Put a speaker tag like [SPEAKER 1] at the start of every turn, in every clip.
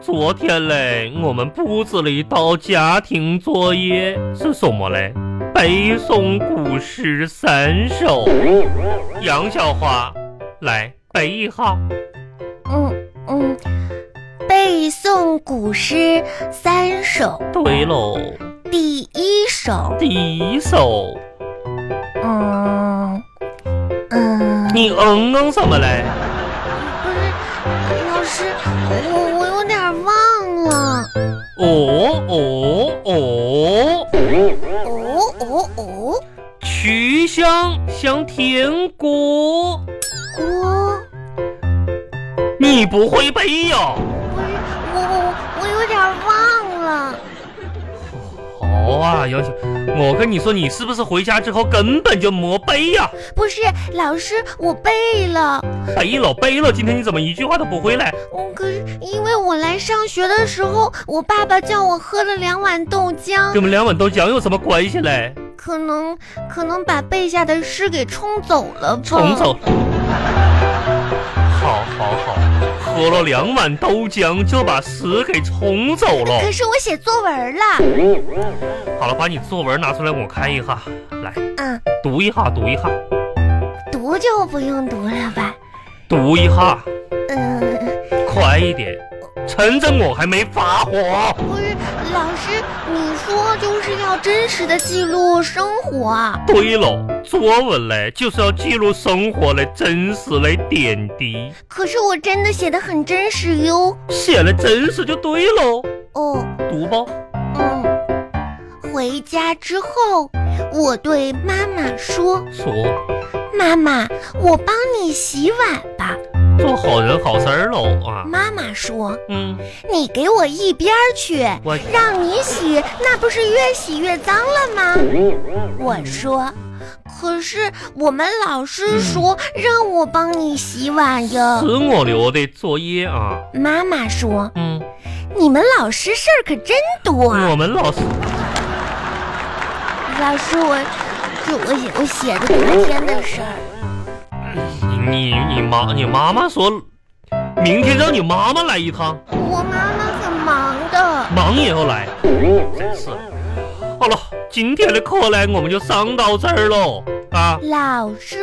[SPEAKER 1] 昨天嘞，我们布置了一道家庭作业，是什么嘞？背诵古诗三首。杨小花，来背一下。
[SPEAKER 2] 嗯嗯，背诵古诗三首，
[SPEAKER 1] 对喽，
[SPEAKER 2] 第一首，
[SPEAKER 1] 第一首，
[SPEAKER 2] 嗯嗯，
[SPEAKER 1] 你嗯嗯什么嘞？
[SPEAKER 2] 不是，老师，我我有点忘了。
[SPEAKER 1] 哦哦哦，
[SPEAKER 2] 哦哦哦，
[SPEAKER 1] 曲项向天歌。
[SPEAKER 2] 我
[SPEAKER 1] 你不会背呀、
[SPEAKER 2] 不是我我我有点忘了。
[SPEAKER 1] 好啊，杨小，我跟你说，你是不是回家之后根本就没背呀、
[SPEAKER 2] 不是老师，我背了。
[SPEAKER 1] 背了背了，今天你怎么一句话都不会嘞？
[SPEAKER 2] 嗯，可是因为我来上学的时候，我爸爸叫我喝了两碗
[SPEAKER 1] 跟
[SPEAKER 2] 豆
[SPEAKER 1] 我
[SPEAKER 2] 浆，
[SPEAKER 1] 们两碗豆浆有什么关系嘞？
[SPEAKER 2] 可能可能把背下的诗给冲走了吧。
[SPEAKER 1] 重走。好好好，喝了两碗豆浆就把屎给冲走了。
[SPEAKER 2] 可是我写作文了。
[SPEAKER 1] 好了，把你作文拿出来我看一下，来
[SPEAKER 2] 嗯，
[SPEAKER 1] 读一下，读一下，
[SPEAKER 2] 读就不用读了吧。
[SPEAKER 1] 读一下，
[SPEAKER 2] 嗯，
[SPEAKER 1] 快一点，趁着我还没发火。
[SPEAKER 2] 不是老师，你说就是要真实的记录生活啊。
[SPEAKER 1] 对了，作文嘞就是要记录生活嘞真实嘞点滴，
[SPEAKER 2] 可是我真的写的很真实哟。
[SPEAKER 1] 写了真实就对喽。
[SPEAKER 2] 哦，
[SPEAKER 1] 读吧，
[SPEAKER 2] 嗯，回家之后，我对妈妈说
[SPEAKER 1] 说，：“
[SPEAKER 2] 妈妈，我帮你洗碗吧。
[SPEAKER 1] 做好人好事儿喽”啊。
[SPEAKER 2] 妈妈说
[SPEAKER 1] 嗯，：“
[SPEAKER 2] 你给我一边儿去，
[SPEAKER 1] 我
[SPEAKER 2] 让你洗，那不是越洗越脏了吗？”我说：“可是我们老师说让我帮你洗碗呀。
[SPEAKER 1] 是”我留的作业啊。
[SPEAKER 2] 妈妈说
[SPEAKER 1] 嗯，：“
[SPEAKER 2] 你们老师事儿可真多啊。”
[SPEAKER 1] 我们老师
[SPEAKER 2] 老师，我这我写我写的昨天的事儿，
[SPEAKER 1] 你你妈你妈妈说，明天让你妈妈来一趟，
[SPEAKER 2] 我妈妈很忙的。
[SPEAKER 1] 忙也要来，真是。好了，今天的课嘞我们就上到这儿喽啊，
[SPEAKER 2] 老师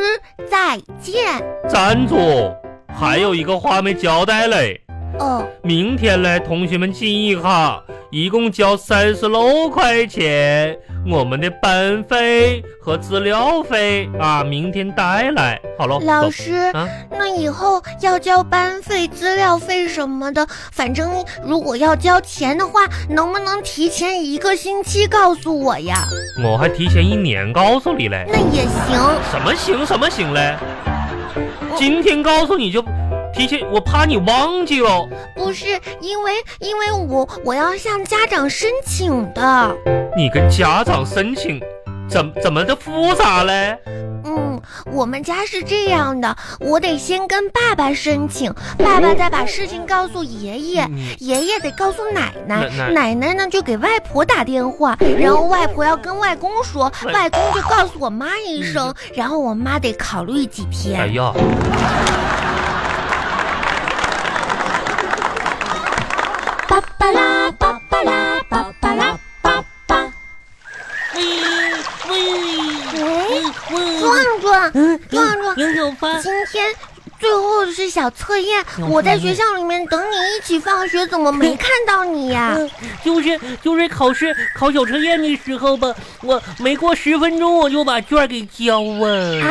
[SPEAKER 2] 再见。
[SPEAKER 1] 站住！还有一个话没交代嘞，
[SPEAKER 2] 哦，
[SPEAKER 1] 明天嘞同学们记一下，一共交三十六块钱，我们的班费和资料费啊，明天带来。好了，
[SPEAKER 2] 老
[SPEAKER 1] 走
[SPEAKER 2] 师，
[SPEAKER 1] 啊。
[SPEAKER 2] 那以后要交班费、资料费什么的，反正如果要交钱的话，能不能提前一个星期告诉我呀？
[SPEAKER 1] 我还提前一年告诉你嘞，
[SPEAKER 2] 那也行。
[SPEAKER 1] 什么行什么行嘞？今天告诉你就提前，我怕你忘记哦了。
[SPEAKER 2] 不是因为因为我我要向家长申请的。
[SPEAKER 1] 你跟家长申请，怎怎么的复杂嘞？
[SPEAKER 2] 嗯，我们家是这样的，我得先跟爸爸申请，爸爸再把事情告诉爷爷，
[SPEAKER 1] 嗯
[SPEAKER 2] 爷爷得告诉奶奶，
[SPEAKER 1] 奶
[SPEAKER 2] 奶奶呢就给外婆打电话，然后外婆要跟外公说，
[SPEAKER 1] 外嗯
[SPEAKER 2] 外公就告诉我妈一声，然后我妈得考虑几
[SPEAKER 1] 哎
[SPEAKER 2] 天。
[SPEAKER 1] 呀，
[SPEAKER 2] 巴巴拉巴巴拉巴巴拉巴巴。
[SPEAKER 3] 喂喂
[SPEAKER 2] 喂，
[SPEAKER 3] 喂！
[SPEAKER 2] 哎壮壮，
[SPEAKER 3] 嗯，
[SPEAKER 2] 壮壮
[SPEAKER 3] 杨小发，
[SPEAKER 2] 今天最后是小测验，
[SPEAKER 1] 嗯
[SPEAKER 3] 有
[SPEAKER 2] 我在
[SPEAKER 3] 作
[SPEAKER 2] 学
[SPEAKER 3] 业
[SPEAKER 2] 校里面等你一起放学，怎么没看到你呀？
[SPEAKER 3] 嗯，就是就是考试考小测验的时候吧，我没过十分钟我就把卷儿给交啊。
[SPEAKER 2] 啊，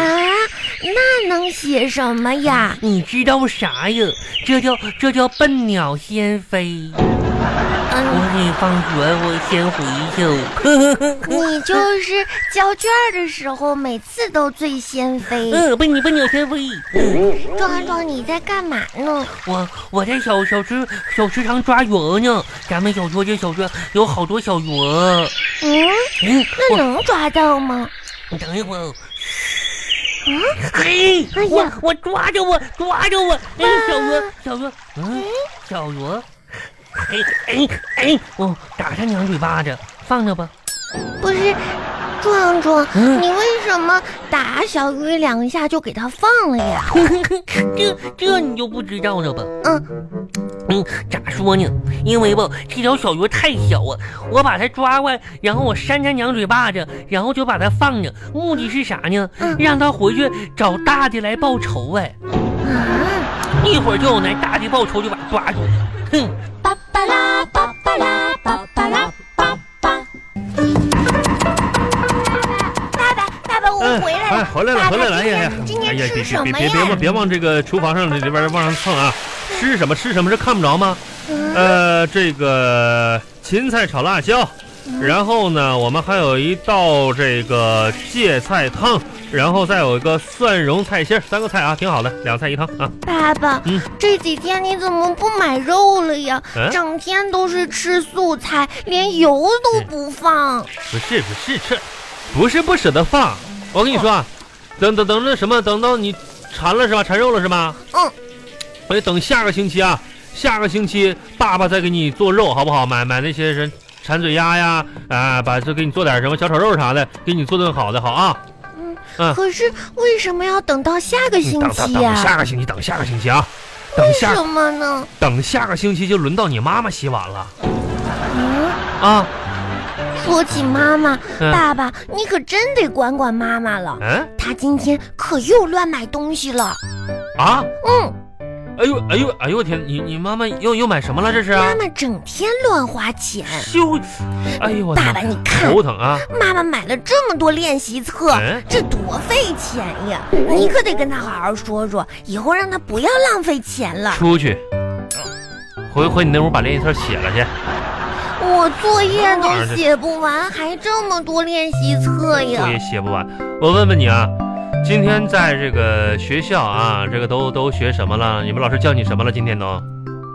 [SPEAKER 2] 那能写什么呀？
[SPEAKER 3] 你知道啥呀？这叫这叫笨鸟先飞。我
[SPEAKER 2] 嗯，
[SPEAKER 3] 得放学，我先回去。
[SPEAKER 2] 你就是交卷儿的时候，每次都最先飞。
[SPEAKER 3] 嗯，笨鸟笨鸟先飞。
[SPEAKER 2] 壮壮，你在干嘛呢？
[SPEAKER 3] 我我在小小池小池塘抓鱼呢。咱们小桌这小桌有好多小鱼。
[SPEAKER 2] 嗯，
[SPEAKER 3] 嗯，
[SPEAKER 2] 那
[SPEAKER 3] 我
[SPEAKER 2] 能抓到吗？
[SPEAKER 3] 你等一会儿。啊
[SPEAKER 2] 嗯，
[SPEAKER 3] 嘿，
[SPEAKER 2] 哎呀
[SPEAKER 3] 我我抓着我抓着我！哎，小罗
[SPEAKER 2] 啊
[SPEAKER 3] 小罗，嗯，小罗，哦哎哎哎，我打他两嘴巴子，放着吧。
[SPEAKER 2] 不是，壮壮，
[SPEAKER 3] 嗯
[SPEAKER 2] 你为什么打小鱼两下就给它放了呀？
[SPEAKER 3] 这这你就不知道了吧？
[SPEAKER 2] 嗯，
[SPEAKER 3] 嗯，咋说呢？因为吧，这条小鱼太小啊，我把它抓过来，然后我扇它两嘴巴子，然后就把它放着，目的是啥呢
[SPEAKER 2] 嗯？
[SPEAKER 3] 让它回去找大的来报仇哎！
[SPEAKER 2] 啊，
[SPEAKER 3] 一会儿就有那大的报仇就把它抓住，哼！
[SPEAKER 4] 巴巴拉巴巴拉巴巴拉巴巴。
[SPEAKER 2] 爸爸，爸爸，我
[SPEAKER 1] 哎
[SPEAKER 2] 回来
[SPEAKER 1] 哎，
[SPEAKER 2] 了，
[SPEAKER 1] 回来了，
[SPEAKER 2] 爸爸
[SPEAKER 1] 回来了！哎
[SPEAKER 2] 今
[SPEAKER 1] 呀
[SPEAKER 2] 天
[SPEAKER 1] 呀，
[SPEAKER 2] 今
[SPEAKER 1] 哎
[SPEAKER 2] 天
[SPEAKER 1] 呀，
[SPEAKER 2] 吃
[SPEAKER 1] 别
[SPEAKER 2] 什
[SPEAKER 1] 别
[SPEAKER 2] 么
[SPEAKER 1] 别别
[SPEAKER 2] 呀
[SPEAKER 1] 往？别往这个厨房上里边往上蹭 啊！吃什么吃什么，这看不着吗？
[SPEAKER 2] 嗯
[SPEAKER 1] 呃，这个芹菜炒辣椒，
[SPEAKER 2] 嗯
[SPEAKER 1] 然后呢，我们还有一道这个芥菜汤，然后再有一个蒜蓉菜心儿，三个菜啊，挺好的，两菜一汤啊。
[SPEAKER 2] 爸爸
[SPEAKER 1] 嗯，
[SPEAKER 2] 这几天你怎么不买肉了呀
[SPEAKER 1] 嗯？
[SPEAKER 2] 整天都是吃素菜，连油都不放。
[SPEAKER 1] 不是不是这，不是不舍得放。我跟你说
[SPEAKER 2] 哦
[SPEAKER 1] 啊，等等等那什么，等到你馋了是吧？馋肉了是吧？
[SPEAKER 2] 嗯。
[SPEAKER 1] 我得等下个星期啊，下个星期爸爸再给你做肉好不好？买买那些人馋嘴鸭呀，啊，把这给你做点什么小炒肉啥的，给你做顿好的好啊。嗯
[SPEAKER 2] 可是为什么要等到下个
[SPEAKER 1] 你
[SPEAKER 2] 星
[SPEAKER 1] 等嗯等
[SPEAKER 2] 期啊
[SPEAKER 1] 等
[SPEAKER 2] 呀？
[SPEAKER 1] 下个星期，等下个星期啊，等
[SPEAKER 2] 为
[SPEAKER 1] 下
[SPEAKER 2] 什么呢？
[SPEAKER 1] 等下个星期就轮到你妈妈洗碗了
[SPEAKER 2] 嗯，
[SPEAKER 1] 啊。
[SPEAKER 2] 说起妈妈，
[SPEAKER 1] 嗯
[SPEAKER 2] 爸爸，你可真得管管妈妈了。
[SPEAKER 1] 嗯
[SPEAKER 2] 她今天可又乱买东西了。
[SPEAKER 1] 啊，
[SPEAKER 2] 嗯，
[SPEAKER 1] 哎呦哎呦哎呦我天，你你妈妈又又买什么了这是？啊
[SPEAKER 2] 妈妈整天乱花钱。
[SPEAKER 1] 就，哎呦我
[SPEAKER 2] 爸
[SPEAKER 1] 天
[SPEAKER 2] 爸，你看，
[SPEAKER 1] 头疼啊！
[SPEAKER 2] 妈妈买了这么多练习册
[SPEAKER 1] 嗯，
[SPEAKER 2] 这多费钱呀！你可得跟她好好说说，以后让她不要浪费钱了。
[SPEAKER 1] 出去，
[SPEAKER 2] 嗯
[SPEAKER 1] 回回你那屋把练习册写了去。
[SPEAKER 2] 我作业都写不完，还这么多练习册
[SPEAKER 1] 作
[SPEAKER 2] 呀
[SPEAKER 1] 业！写不完。我问问你啊，今天在这个学校啊，这个都都学什么了？你们老师叫你什么了？今天都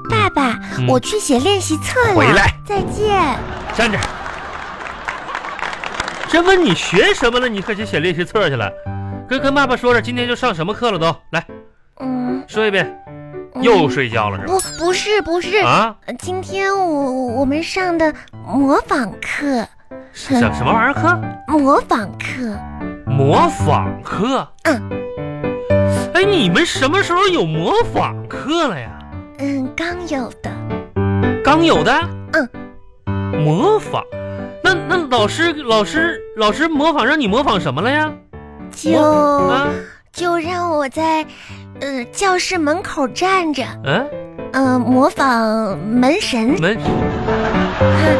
[SPEAKER 2] 爸爸，
[SPEAKER 1] 嗯
[SPEAKER 2] 我去写练习册了。
[SPEAKER 1] 回来，
[SPEAKER 2] 再见。
[SPEAKER 1] 站着。这问你学什么了？你可去写练习册去了。跟跟爸爸说说，今天就上什么课了都？来
[SPEAKER 2] 嗯，
[SPEAKER 1] 说一遍。
[SPEAKER 2] 嗯
[SPEAKER 1] 又睡觉了是吧？
[SPEAKER 2] 不，不是，不是。
[SPEAKER 1] 啊，
[SPEAKER 2] 呃今天我我们上的模仿课，
[SPEAKER 1] 什什么玩意儿课？
[SPEAKER 2] 模仿课，
[SPEAKER 1] 模仿课。嗯。哎，你们什么时候有模仿课了呀？
[SPEAKER 2] 嗯，刚有的。
[SPEAKER 1] 刚有的。
[SPEAKER 2] 嗯。
[SPEAKER 1] 模仿，那那老师老师老师模仿让你模仿什么了呀？
[SPEAKER 2] 就
[SPEAKER 1] 啊，
[SPEAKER 2] 就让我在，呃，教室门口站着，
[SPEAKER 1] 嗯，
[SPEAKER 2] 嗯、模仿门神。
[SPEAKER 1] 门。嗯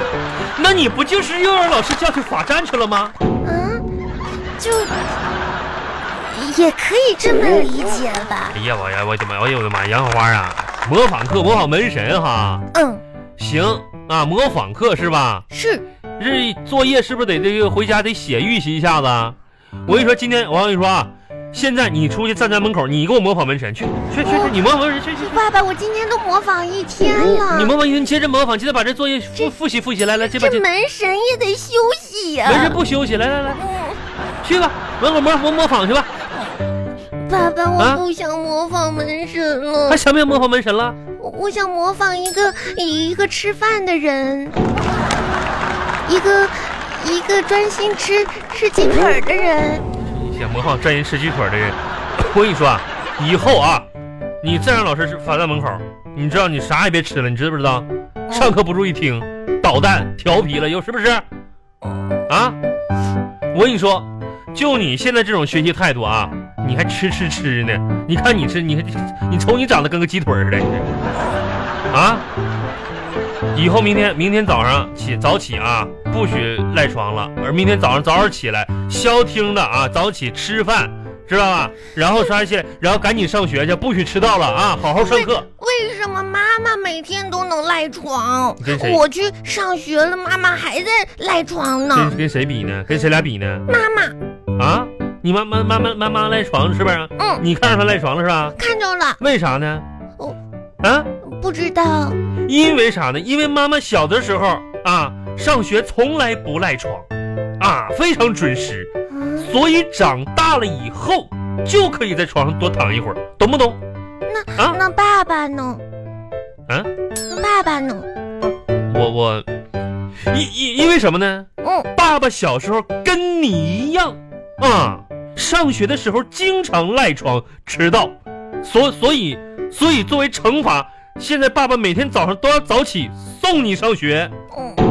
[SPEAKER 1] 那你不就是又让老师叫去罚站去了吗？
[SPEAKER 2] 嗯，就也可以这么理解吧。
[SPEAKER 1] 哎呀，我呀，我的妈，哎呦我的妈，杨小花啊，模仿课模仿门神哈，
[SPEAKER 2] 嗯，
[SPEAKER 1] 行啊，模仿课是吧？
[SPEAKER 2] 是，
[SPEAKER 1] 这作业是不是得这个回家得写预习一下子啊？我跟你说，今天我跟你说啊，现在你出去站在门口，你给我模仿门神去，去去去，你模仿门神去去去，
[SPEAKER 2] 爸爸，我今天都模仿一天了，
[SPEAKER 1] 你模仿一天，你接着模仿，接着把这作业复复习复习，来来，接把
[SPEAKER 2] 这
[SPEAKER 1] 这
[SPEAKER 2] 门神也得休息呀、
[SPEAKER 1] 门神不休息，来来来，
[SPEAKER 2] 嗯
[SPEAKER 1] 去吧，门口模仿模仿去吧，
[SPEAKER 2] 爸爸，
[SPEAKER 1] 啊
[SPEAKER 2] 我不想模仿门神了，
[SPEAKER 1] 还想不想模仿门神了？
[SPEAKER 2] 我我想模仿一个一个吃饭的人，一个一个专心吃吃鸡腿儿的人。
[SPEAKER 1] 你想模仿专心吃鸡腿的人， 我跟你说啊，以后啊，你再让老师罚站门口，你知道你啥也别吃了，你知不知道？上课不注意听，捣蛋调皮了又是不是？啊！我跟你说，就你现在这种学习态度啊，你还吃吃吃呢？你看你吃，你看你瞅你长得跟个鸡腿似的，你这啊！以后明天明天早上起早起啊，不许赖床了，而明天早上早点起来，消停的啊，早起吃饭，知道吧？然后刷去，然后赶紧上学去，不许迟到了啊！好好上课。
[SPEAKER 2] 为什么妈妈每天都能赖床
[SPEAKER 1] 你跟谁？
[SPEAKER 2] 我去上学了，妈妈还在赖床呢。
[SPEAKER 1] 跟跟谁比呢？跟谁俩比呢？
[SPEAKER 2] 妈妈
[SPEAKER 1] 啊？你妈妈妈妈妈妈赖床是不是？
[SPEAKER 2] 嗯
[SPEAKER 1] 你看着她赖床了是吧？
[SPEAKER 2] 看着了，
[SPEAKER 1] 为啥呢
[SPEAKER 2] 哦？
[SPEAKER 1] 啊？
[SPEAKER 2] 不知道。
[SPEAKER 1] 因为啥呢？因为妈妈小的时候啊，上学从来不赖床，啊，非常准时，
[SPEAKER 2] 嗯，
[SPEAKER 1] 所以长大了以后就可以在床上多躺一会儿，懂不懂？
[SPEAKER 2] 那、
[SPEAKER 1] 啊
[SPEAKER 2] 那爸爸呢？
[SPEAKER 1] 啊？
[SPEAKER 2] 那爸爸呢？
[SPEAKER 1] 我我，因因因为什么呢？
[SPEAKER 2] 嗯，
[SPEAKER 1] 爸爸小时候跟你一样啊，上学的时候经常赖床迟到，所所以所以作为惩罚，现在爸爸每天早上都要早起送你上学。
[SPEAKER 2] 嗯。